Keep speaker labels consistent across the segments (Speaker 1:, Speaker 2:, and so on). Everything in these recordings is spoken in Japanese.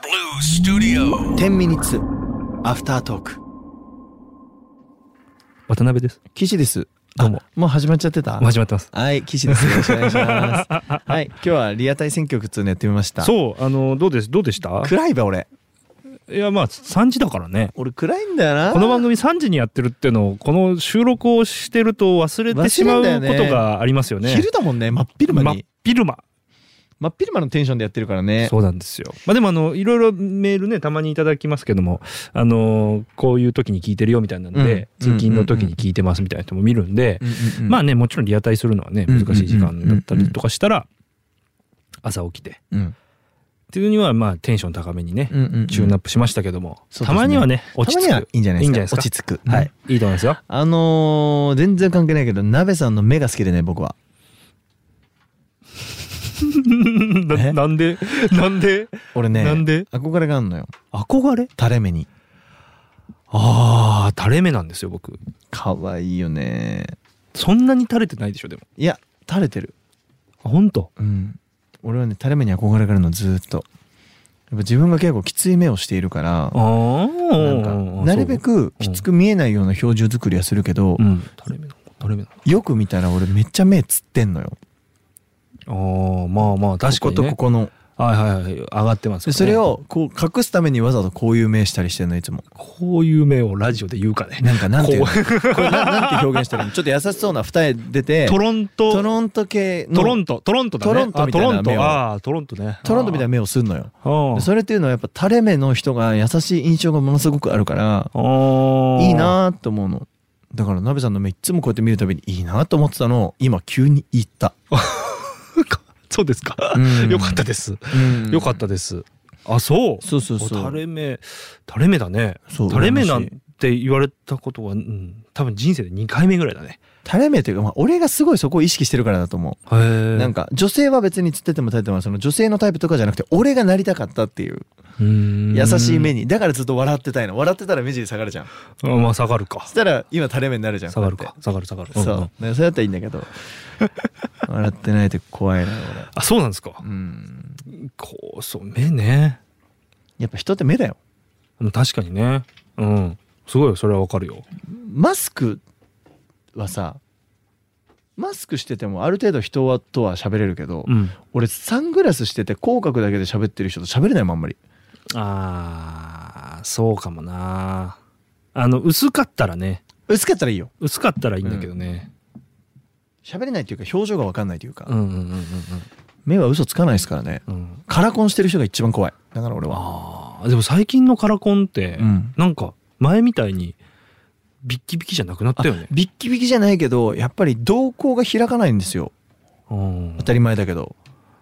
Speaker 1: Blue Studio.
Speaker 2: 10ミニッツアフタートーク
Speaker 3: 渡辺です。
Speaker 2: 岸です
Speaker 3: どうも
Speaker 2: あもう始まっちゃってた
Speaker 3: もう始まってます。
Speaker 2: はい岸ですよろしくお願いしますはい今日はリアタイ選挙区っつうのやってみました
Speaker 3: そう、あの、どうです、どうでした
Speaker 2: 暗いば俺
Speaker 3: いや、まあ、3時だからね。
Speaker 2: 俺暗いんだよな
Speaker 3: この番組3時にやってるっていうのを、この収録をしてると忘れてしまう
Speaker 2: 忘れん
Speaker 3: こ
Speaker 2: だよね
Speaker 3: とがありますよね。
Speaker 2: 昼だもんね真っ昼間
Speaker 3: 真
Speaker 2: に
Speaker 3: っ昼間。
Speaker 2: 真っ昼間のテンションでやってるからね
Speaker 3: そうなんですよ。まあでもあの、いろいろメールね、たまにいただきますけども、あのー、こういう時に聞いてるよみたいなので、
Speaker 2: うん
Speaker 3: 通勤の時に聞いてますみたいな人も見るんで、
Speaker 2: うんうんうん
Speaker 3: まあね、もちろんリアタイするのはね、難しい時間だったりとかしたら、朝起きて。
Speaker 2: うん
Speaker 3: っていうには、まあ、テンション高めにね、
Speaker 2: うんうんうん
Speaker 3: チューンアップしましたけども、
Speaker 2: そうですね
Speaker 3: たまにはね、落ち着く。
Speaker 2: たまにはいいんじゃない
Speaker 3: い
Speaker 2: で
Speaker 3: いん
Speaker 2: す
Speaker 3: じ
Speaker 2: か
Speaker 3: ゃないですか。
Speaker 2: 落ち着く
Speaker 3: は
Speaker 2: ね
Speaker 3: い。いいと思い ますよ。
Speaker 2: あのー全然関係ないけど鍋さんの目が好きでね僕は
Speaker 3: ななんで、なん で、
Speaker 2: 俺ね
Speaker 3: なんで
Speaker 2: 憧れがあんのよ
Speaker 3: 憧れ
Speaker 2: 垂れ目に
Speaker 3: ああ、垂れ目なんですよ、僕。
Speaker 2: 可愛いよね
Speaker 3: そんなに垂れてないでしょ、でも。
Speaker 2: いや垂れてる
Speaker 3: あほんと。
Speaker 2: うん、俺はね垂れ目に憧れがあるのずーっとやっぱ自分が結構きつい目をしているから
Speaker 3: ああ、
Speaker 2: なんかなるべくきつく見えないような表情作りはするけど
Speaker 3: そう。う、ん、垂れ目なのか、垂れ目な
Speaker 2: よく見たら俺めっちゃ目つってんのよ
Speaker 3: のか。ああ、まあまあ、確かに、
Speaker 2: ここと
Speaker 3: ね。
Speaker 2: ここの
Speaker 3: はいはいはい、上がってます、
Speaker 2: でそれ。をこう隠すためにわざとこういう目したりしてんのいつも
Speaker 3: こういう目をラジオで言うかね。
Speaker 2: なんかなんていうの
Speaker 3: こ
Speaker 2: これな なんて表現したらいいのちょっと優しそうな二重出て
Speaker 3: トロント。
Speaker 2: トロント系の
Speaker 3: トロント、トロントだね。
Speaker 2: ト
Speaker 3: あトロ
Speaker 2: ロントみたいな
Speaker 3: ン
Speaker 2: 目
Speaker 3: ト
Speaker 2: を
Speaker 3: あートロントね。
Speaker 2: トロントみたいな
Speaker 3: な。
Speaker 2: 目をすんのよ
Speaker 3: あ
Speaker 2: で
Speaker 3: ー
Speaker 2: それっていうのはやっぱ垂れ目の人が優しい印象がものすごくあるから
Speaker 3: あー
Speaker 2: いい。なーと思うのだから鍋さんの目いっつもこうやって見るたびにいいなーと思ってたのを今急に言った、
Speaker 3: そうですか。
Speaker 2: うん
Speaker 3: よかったです。
Speaker 2: うん
Speaker 3: よかったです。あ、そう。
Speaker 2: そうそうそう
Speaker 3: 垂れ目、垂れ目だね。
Speaker 2: そう
Speaker 3: 垂れ目な
Speaker 2: 羨
Speaker 3: ん
Speaker 2: ましい
Speaker 3: て言われたことは、うん、多分人生で2回目ぐらいだね。
Speaker 2: 垂れ目というか、まあ、俺がすごいそこを意識してるからだと思
Speaker 3: へ
Speaker 2: う、
Speaker 3: え
Speaker 2: なんか女性は別につってても垂れてもその女性のタイプとかじゃなくて俺がなりたかったっていう優
Speaker 3: 優
Speaker 2: しい目
Speaker 3: に。
Speaker 2: にだからずっと笑ってたいの笑ってたら目尻下がるじゃん
Speaker 3: あまあ、下がるか
Speaker 2: そし。たら今垂れ目になるじゃん
Speaker 3: 下がる
Speaker 2: こうやっ
Speaker 3: か。下がる下がる。
Speaker 2: てそう、
Speaker 3: ん
Speaker 2: だ
Speaker 3: ん
Speaker 2: からそれだったらいいんだ けど笑ってないと怖いな
Speaker 3: あ、そうなんですか
Speaker 2: 俺。うん
Speaker 3: こう、そう、目ね。
Speaker 2: やっぱ人って目だよ
Speaker 3: うん確かにね。うん。すごいよ、それはわかるよ。
Speaker 2: マスクはさマスクしててもある程度人はとは喋れるけど、
Speaker 3: うん。
Speaker 2: 俺サングラスしてて口角だけで喋ってる人と喋れないもんあんまり
Speaker 3: あー、そうかもな。あの、薄かったらね、
Speaker 2: 薄かったらいいよ
Speaker 3: 薄かったらいいんだけどね。
Speaker 2: 喋れないというか表情が分かんないというか、
Speaker 3: うんうんうんうん
Speaker 2: 目は嘘つかないですからね
Speaker 3: うんうん。
Speaker 2: カラコンしてる人が一番怖いだから俺は
Speaker 3: あーでも最近のカラコンって、
Speaker 2: うん
Speaker 3: なんか前みたいにビッキビキじゃなくなったよね。
Speaker 2: ビッキビキじゃないけどやっぱり瞳孔が開かないんですよ
Speaker 3: うん
Speaker 2: 当たり前だけど、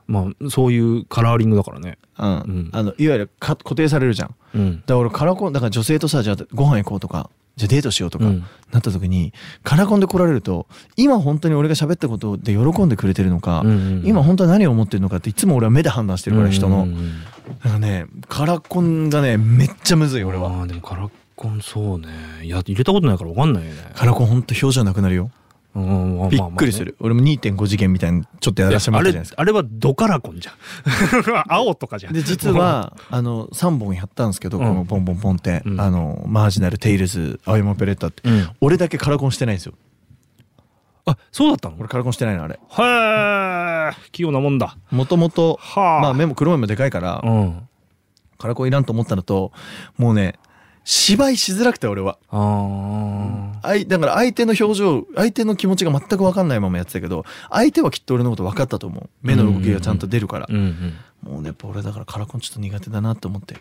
Speaker 3: まあそういうカラーリングだからね。
Speaker 2: うん
Speaker 3: ん
Speaker 2: あのいわゆるか固定されるじゃんだか
Speaker 3: うん。
Speaker 2: ら俺カラコンだから女性とさじゃあご飯行こうとかじゃあデートしようとか、
Speaker 3: うん
Speaker 2: なった時にカラコンで来られると今本当に俺が喋ったことで喜んでくれてるのか、
Speaker 3: うん
Speaker 2: 今本当は何を思ってるのかっていつも俺は目で判断してるから人の、
Speaker 3: うんうんうん
Speaker 2: なんかねカラコンがねめっちゃむずい俺は
Speaker 3: あーでもカラコンそうね。いや入れたことないからわかんないよね。
Speaker 2: カラコン本当表情なくなるよ
Speaker 3: うんまあまあまあね
Speaker 2: びっくりする俺も2.5次元みたいにちょっとやらせても
Speaker 3: あ
Speaker 2: らったじゃな
Speaker 3: れ
Speaker 2: いですか
Speaker 3: あれはドカラコンじゃん。 青とかじゃん。
Speaker 2: で 実はあの3本やったんですけど、
Speaker 3: うん
Speaker 2: このポンポンポンって、
Speaker 3: うん
Speaker 2: あのマージナルテイルズ青山ペレッタって、
Speaker 3: うん
Speaker 2: 俺だけカラコンしてないんですよ
Speaker 3: あそうだったの。
Speaker 2: 俺カラコンしてないのあれ
Speaker 3: へえ器用なもんだ。
Speaker 2: もともと
Speaker 3: はあ。
Speaker 2: まあ目も黒目もでかいから、
Speaker 3: うん。
Speaker 2: カラコンいらんと思ったのともうね芝居しづらくて俺は
Speaker 3: ああ。
Speaker 2: あいだから相手の表情相手の気持ちが全く分かんないままやってたけど相手はきっと俺のこと分かったと思う目の動きがちゃんと出るから、
Speaker 3: うんうん。
Speaker 2: もうねやっぱ俺だからカラコンちょっと苦手だなと思って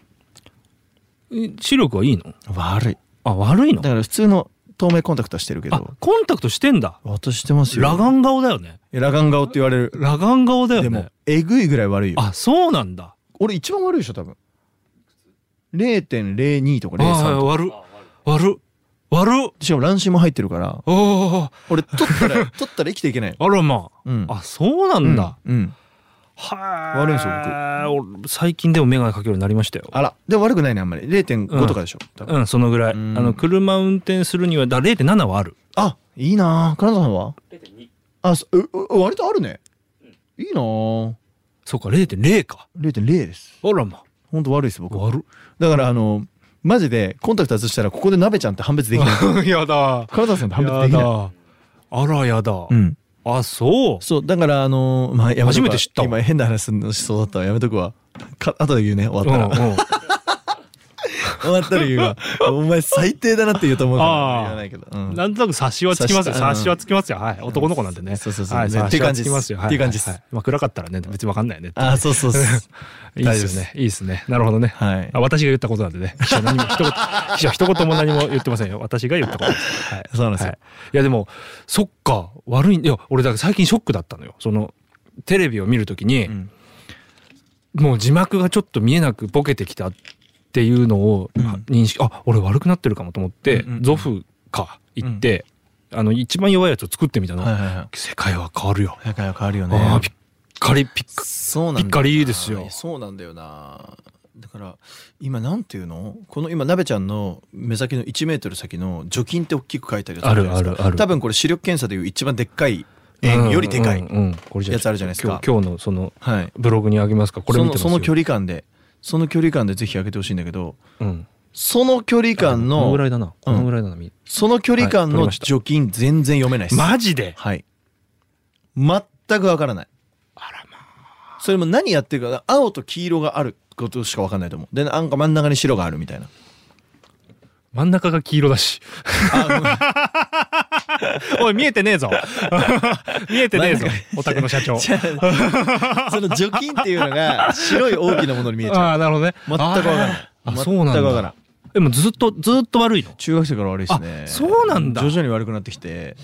Speaker 3: え視力はいいの
Speaker 2: 悪い
Speaker 3: あ悪いの
Speaker 2: だから普通の透明コンタクトはしてるけ
Speaker 3: あ
Speaker 2: ど
Speaker 3: コンタクトしてんだ
Speaker 2: 私してますよ
Speaker 3: 裸眼顔だよね
Speaker 2: いや裸眼顔って言われる
Speaker 3: 裸眼顔だよね
Speaker 2: でもえぐいぐらい悪いよ
Speaker 3: あそうなんだ
Speaker 2: 俺一番悪いでしょ多分0.02とか
Speaker 3: あ
Speaker 2: 03
Speaker 3: あ
Speaker 2: とか
Speaker 3: 悪っ悪っ悪っ
Speaker 2: しかも乱視も入ってるから
Speaker 3: あ
Speaker 2: 俺取った ら取ったら生きていけない
Speaker 3: ああらまあ、
Speaker 2: うん
Speaker 3: あそうなんだ、
Speaker 2: うん
Speaker 3: は
Speaker 2: 悪いんです
Speaker 3: よ僕最近でも眼鏡かけるようになりましたよ
Speaker 2: あらでも悪くないねあんまり
Speaker 3: うん
Speaker 2: 0.5とかでしょ、多分
Speaker 3: うんそのぐらいあ
Speaker 2: うん
Speaker 3: の車運転するにはだ0.7はある
Speaker 2: あいいなあ金沢さんはあそうう割とあるねいいなあ
Speaker 3: そうか0.0か
Speaker 2: 0.0です
Speaker 3: あらま
Speaker 2: 本当悪いです僕
Speaker 3: 悪
Speaker 2: だからあのマジでコンタクト外したらここで鍋ちゃんって判別でき な
Speaker 3: っ
Speaker 2: い
Speaker 3: やだ
Speaker 2: 金沢さんって判別
Speaker 3: や
Speaker 2: できない
Speaker 3: だあらやだ、
Speaker 2: うん
Speaker 3: あそう
Speaker 2: そうだからあのーまあやめとくわ
Speaker 3: 初めて知ったわ
Speaker 2: 今変な話すんのしそうだったわやめとくわか後で言うね終わったら、
Speaker 3: うんうん
Speaker 2: 終わったら言うわお前最低だなって言うと思うから
Speaker 3: あー
Speaker 2: 言わないけど、うん
Speaker 3: なんとなく察しはつきますよ。
Speaker 2: 察したうん
Speaker 3: 察しはつきますよ。はい。男の子なんでね。
Speaker 2: そうそうそう
Speaker 3: はい。
Speaker 2: ね
Speaker 3: 察しはつ
Speaker 2: っていう感じ
Speaker 3: き
Speaker 2: です
Speaker 3: ますよ。はい
Speaker 2: っていう感じです
Speaker 3: はいまあ暗かったらね、別にわかんないよね。
Speaker 2: あーそうそうそう
Speaker 3: いいですよね。いいですね。なるほどね。
Speaker 2: はい
Speaker 3: あ私が言ったことなん でね。秘書何も一言、秘書一言も何も言ってませんよ。私が言ったことです。はい。
Speaker 2: そうなんですよ
Speaker 3: はい。いやでも、そっか、悪いん、いや、俺だから最近ショックだったのよ。その、テレビを見るときに、
Speaker 2: ん
Speaker 3: もう字幕がちょっと見えなくボケてきたっていうのを認識、あ俺悪くなってるかもと思って、
Speaker 2: うんうんうん
Speaker 3: ゾフか行って、あの一番弱いやつを作ってみたの、
Speaker 2: はいはいはい
Speaker 3: 世界は変わるよ、
Speaker 2: 早く変わるよね
Speaker 3: ああぴっかりぴっか
Speaker 2: そうなんだ
Speaker 3: びっかりですよ
Speaker 2: そうなんだよなだから今なんていうのこの今鍋ちゃんの目先の1メートル先の除菌って大きく書いてあるやつじゃないですか
Speaker 3: あるあるある
Speaker 2: 多分これ視力検査でいう一番でっかい円よりでかい、
Speaker 3: うんうんうんこれ
Speaker 2: やつあるじゃないですか
Speaker 3: 今日今日のその
Speaker 2: はい
Speaker 3: ブログにあげますかこれ見てますよ
Speaker 2: そのその距離感でその距離感でぜひ上げてほしいんだけど
Speaker 3: うん
Speaker 2: その距離感
Speaker 3: この
Speaker 2: の
Speaker 3: ぐらいだなこのぐらいだな、み
Speaker 2: その距離
Speaker 3: はいわ
Speaker 2: 感
Speaker 3: かり
Speaker 2: の
Speaker 3: ました
Speaker 2: 除菌全然読めないです、
Speaker 3: マジで
Speaker 2: はい全くわからない
Speaker 3: あらま
Speaker 2: それも何やってるか青と黄色があることしかわかんないと思うでなんか真ん中に白があるみたいな
Speaker 3: 真ん中が黄色だしおい見えてねえぞ見えてねえぞお宅の社長
Speaker 2: じゃあその除菌っていうのが白い大きなものに見えちゃ
Speaker 3: あ
Speaker 2: う
Speaker 3: あなるほどね
Speaker 2: 全くわからない
Speaker 3: あそうなんだ
Speaker 2: 全くわからん
Speaker 3: でもずっとずっと悪いの
Speaker 2: 中学生から悪いしね
Speaker 3: あそうなんだ
Speaker 2: 徐々に悪くなってきて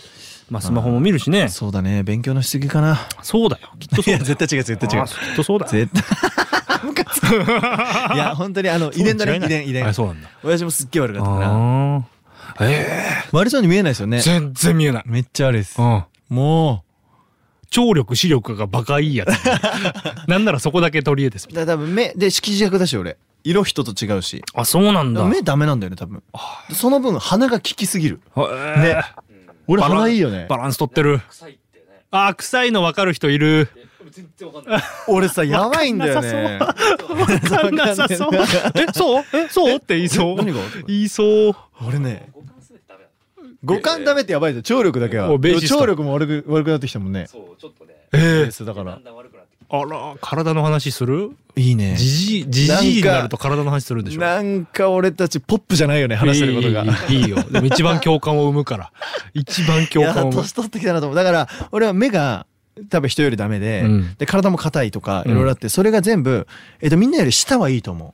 Speaker 3: まあスマホも見るしね
Speaker 2: そうだね勉強のしすぎかな
Speaker 3: そうだよきっと
Speaker 2: い
Speaker 3: そう
Speaker 2: や
Speaker 3: だよ
Speaker 2: 絶対違う絶対違
Speaker 3: あ
Speaker 2: う
Speaker 3: ーきっとそうだ
Speaker 2: 絶対ムカつくいや本当にあの遺伝だね遺伝遺伝
Speaker 3: あそうなんだ
Speaker 2: 親父もすっげえ悪かったから
Speaker 3: ああえ
Speaker 2: 悪そうに見えないですよ
Speaker 3: え
Speaker 2: ね
Speaker 3: 全然見えない
Speaker 2: めっちゃ悪いです
Speaker 3: うん
Speaker 2: も
Speaker 3: 聴力視力がバカいい やつなんならそこだけ取り柄です
Speaker 2: うだから多分目で色弱だし俺色人と違うし
Speaker 3: あそうなんだ
Speaker 2: 目ダメなんだよね多分その分鼻が効きすぎる
Speaker 3: ね
Speaker 2: 俺
Speaker 3: バラン
Speaker 2: 鼻いいよね
Speaker 3: バランス取ってるあー臭いの分かる人いる
Speaker 2: 俺さやばいんだよね分
Speaker 3: 分かんなさそうえそうえそうって言いそう
Speaker 2: 何が
Speaker 3: 言いそう
Speaker 2: 俺ね五感ダメってやばいじゃん聴力だけは
Speaker 3: もうベーシスト
Speaker 2: 聴力も悪く悪くなってきたもんね
Speaker 4: そう、ちょっとね、
Speaker 3: えー
Speaker 2: だから
Speaker 3: あら体の話する
Speaker 2: いいね
Speaker 3: じじい、じじいになると体の話するんでしょ
Speaker 2: なんか俺たちポップじゃないよね話してることが
Speaker 3: いいいいいいいいよ。でも一番共感を生むから。一番
Speaker 2: い
Speaker 3: 共
Speaker 2: や
Speaker 3: 感を生む
Speaker 2: 年。取ってきたなと思うだから俺は目が多分人よりダメで,、
Speaker 3: うん
Speaker 2: で体も硬いとか
Speaker 3: うん
Speaker 2: いろいろあって、それが全部、えっとみんなより舌はいいと思う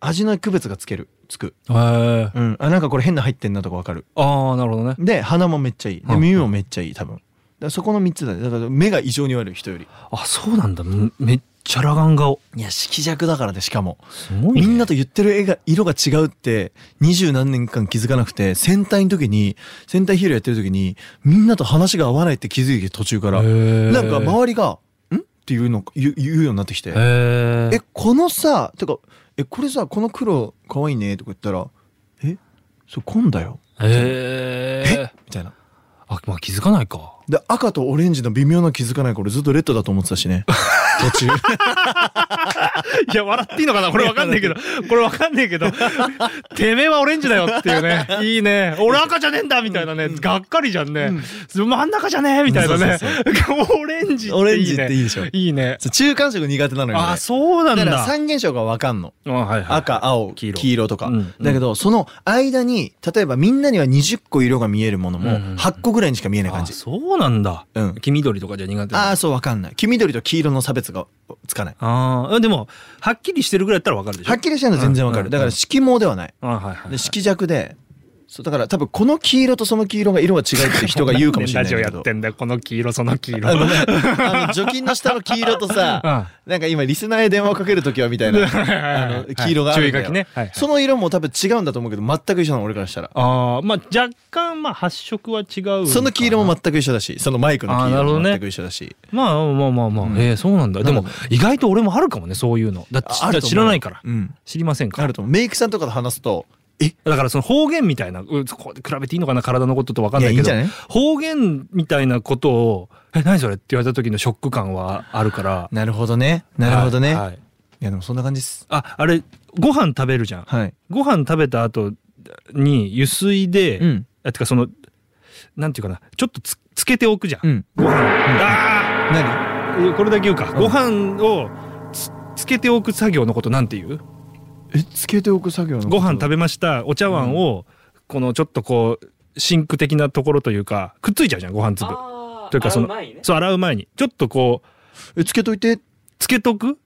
Speaker 2: 味の区別がつけるつく、
Speaker 3: へー
Speaker 2: うん、あなんかこれ変な入ってんなとかわかる
Speaker 3: ああ、なるほどね。
Speaker 2: で鼻もめっちゃいいで
Speaker 3: うん
Speaker 2: 耳もめっちゃいい多分だからそこの3つだねだから目が異常に悪い人より
Speaker 3: あ、そうなんだ。むめっちゃ裸眼顔。
Speaker 2: いや色弱だからでしかも
Speaker 3: すごい、ね。
Speaker 2: みんなと言ってる絵が色が違うって二十何年間気づかなくて戦隊の時に戦隊ヒーローやってる時にみんなと話が合わないって気づいて途中から
Speaker 3: へー
Speaker 2: なんか周りが「ん?」っていうの言う言うようになってきて
Speaker 3: へ
Speaker 2: 「え
Speaker 3: え。
Speaker 2: このさ」てか「えこれさこの黒かわいいね」とか言ったら「えそれ紺だよ
Speaker 3: へえ。」
Speaker 2: みたいな。
Speaker 3: あ、まあ気づかないか。
Speaker 2: で赤とオレンジの微妙な気づかないこれずっとレッドだと思ってた しね途中
Speaker 3: いや、笑っていいのかなこれわかんないけど。これわかんないけど。てめえはオレンジだよっていう ね。いいね。俺赤じゃねえんだみたいなね。がっかりじゃんね。真ん中じゃねえみたいなね。 オレンジっていいね。
Speaker 2: オレンジっていいでしょ
Speaker 3: いいね。
Speaker 2: そう中間色苦手なのよ、ね、
Speaker 3: あ、そうなん
Speaker 2: だから
Speaker 3: だ。
Speaker 2: 三原色が分かんの
Speaker 3: あはいはい
Speaker 2: 赤青
Speaker 3: 黄
Speaker 2: 黄
Speaker 3: 色
Speaker 2: 色とか、
Speaker 3: うんうん
Speaker 2: だけどその間に例えばみんなには20個色が見えるもの
Speaker 3: うん
Speaker 2: も
Speaker 3: うんうん
Speaker 2: 8個ぐらいにしか見えない感
Speaker 3: あ
Speaker 2: じ、
Speaker 3: そうなんだ、
Speaker 2: うん
Speaker 3: 黄緑とかじゃ苦手
Speaker 2: あ
Speaker 3: な
Speaker 2: あ
Speaker 3: の
Speaker 2: そう分かんない黄緑と黄色の差別がつかない
Speaker 3: あーでもはっきりしてるぐらいだったらわかるでしょ
Speaker 2: はっきりしてるの全然分かる、
Speaker 3: うん
Speaker 2: だから色盲ではない
Speaker 3: あはいはい、はい、
Speaker 2: で色弱でそうだから多分この黄色とその黄色が色が違うって人が言うかもしれないん
Speaker 3: ラジ
Speaker 2: だけ
Speaker 3: オや
Speaker 2: ど
Speaker 3: ってんだよこの黄色その黄
Speaker 2: あご
Speaker 3: 色
Speaker 2: めんあの除菌の下の黄色と さ、なんか今リスナーへ電話をかける時はみたいなあの黄色があるん
Speaker 3: は
Speaker 2: だよ
Speaker 3: い注意書きねはいはい
Speaker 2: その色も多分違うんだと思うけど全く一緒なの俺からしたら
Speaker 3: ああまあ若干まあ発色は違う
Speaker 2: その黄色も全く一緒だしそのマイクの黄
Speaker 3: あなる
Speaker 2: 色
Speaker 3: ほど
Speaker 2: も
Speaker 3: ね
Speaker 2: 全く一緒だし、
Speaker 3: まあまあまあまあ、えーそうなんだでも意外と俺もあるかもねそういうのだって
Speaker 2: ああると思う
Speaker 3: 知らないから、
Speaker 2: うん
Speaker 3: 知りませんか
Speaker 2: あると思うメイクさんとかと話すとえ
Speaker 3: だからその方言みたいなうこう比べていいのかな体のことと分かんないけど
Speaker 2: いやいいんじゃ
Speaker 3: 方言みたいなことを「え何それ?」って言われた時のショック感はあるから
Speaker 2: なるほどねなるほど
Speaker 3: は
Speaker 2: ね、、
Speaker 3: いはいい
Speaker 2: やでもそんな感じです
Speaker 3: ああれご飯食べるじゃん、
Speaker 2: はい
Speaker 3: ご飯食べた後に油水で、
Speaker 2: うん
Speaker 3: あてかそのなんていうかなちょっとつつけておくじゃん、
Speaker 2: うん
Speaker 3: ご飯、あ
Speaker 2: 何
Speaker 3: ーこれだけ言うか、ご飯をつつけておく作業のことなんていう
Speaker 2: えつけておく作業の
Speaker 3: ご飯食
Speaker 2: べ
Speaker 3: べましたお茶碗をこのちょっとこうシンク的なところというかくっついちゃうじゃんご飯粒というかそのそう洗う前にちょっとこう
Speaker 2: えつけといて
Speaker 3: つけとく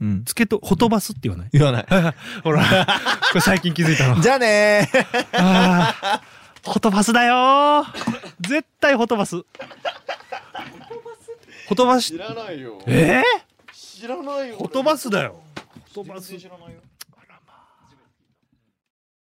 Speaker 2: うん
Speaker 3: つけとほとばすって言わない
Speaker 2: 言わない
Speaker 3: ほらこれ最近気づいたの
Speaker 2: じゃあね ー
Speaker 3: あーほとばすだよー絶対ほとばすほとばし
Speaker 4: 知らないよ
Speaker 3: えー
Speaker 4: 知らないよ
Speaker 3: ほとばすだよほとばす
Speaker 4: 知らないよ